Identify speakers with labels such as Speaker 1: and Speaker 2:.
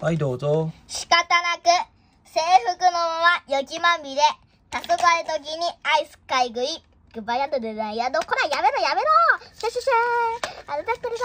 Speaker 1: はい、どうぞ。
Speaker 2: 仕方なく、制服のまま雪まみれ、黄昏時にアイス買い食い、グバヤドデザイヤド、こらやめろやめろシェシェシェあれだってるぞ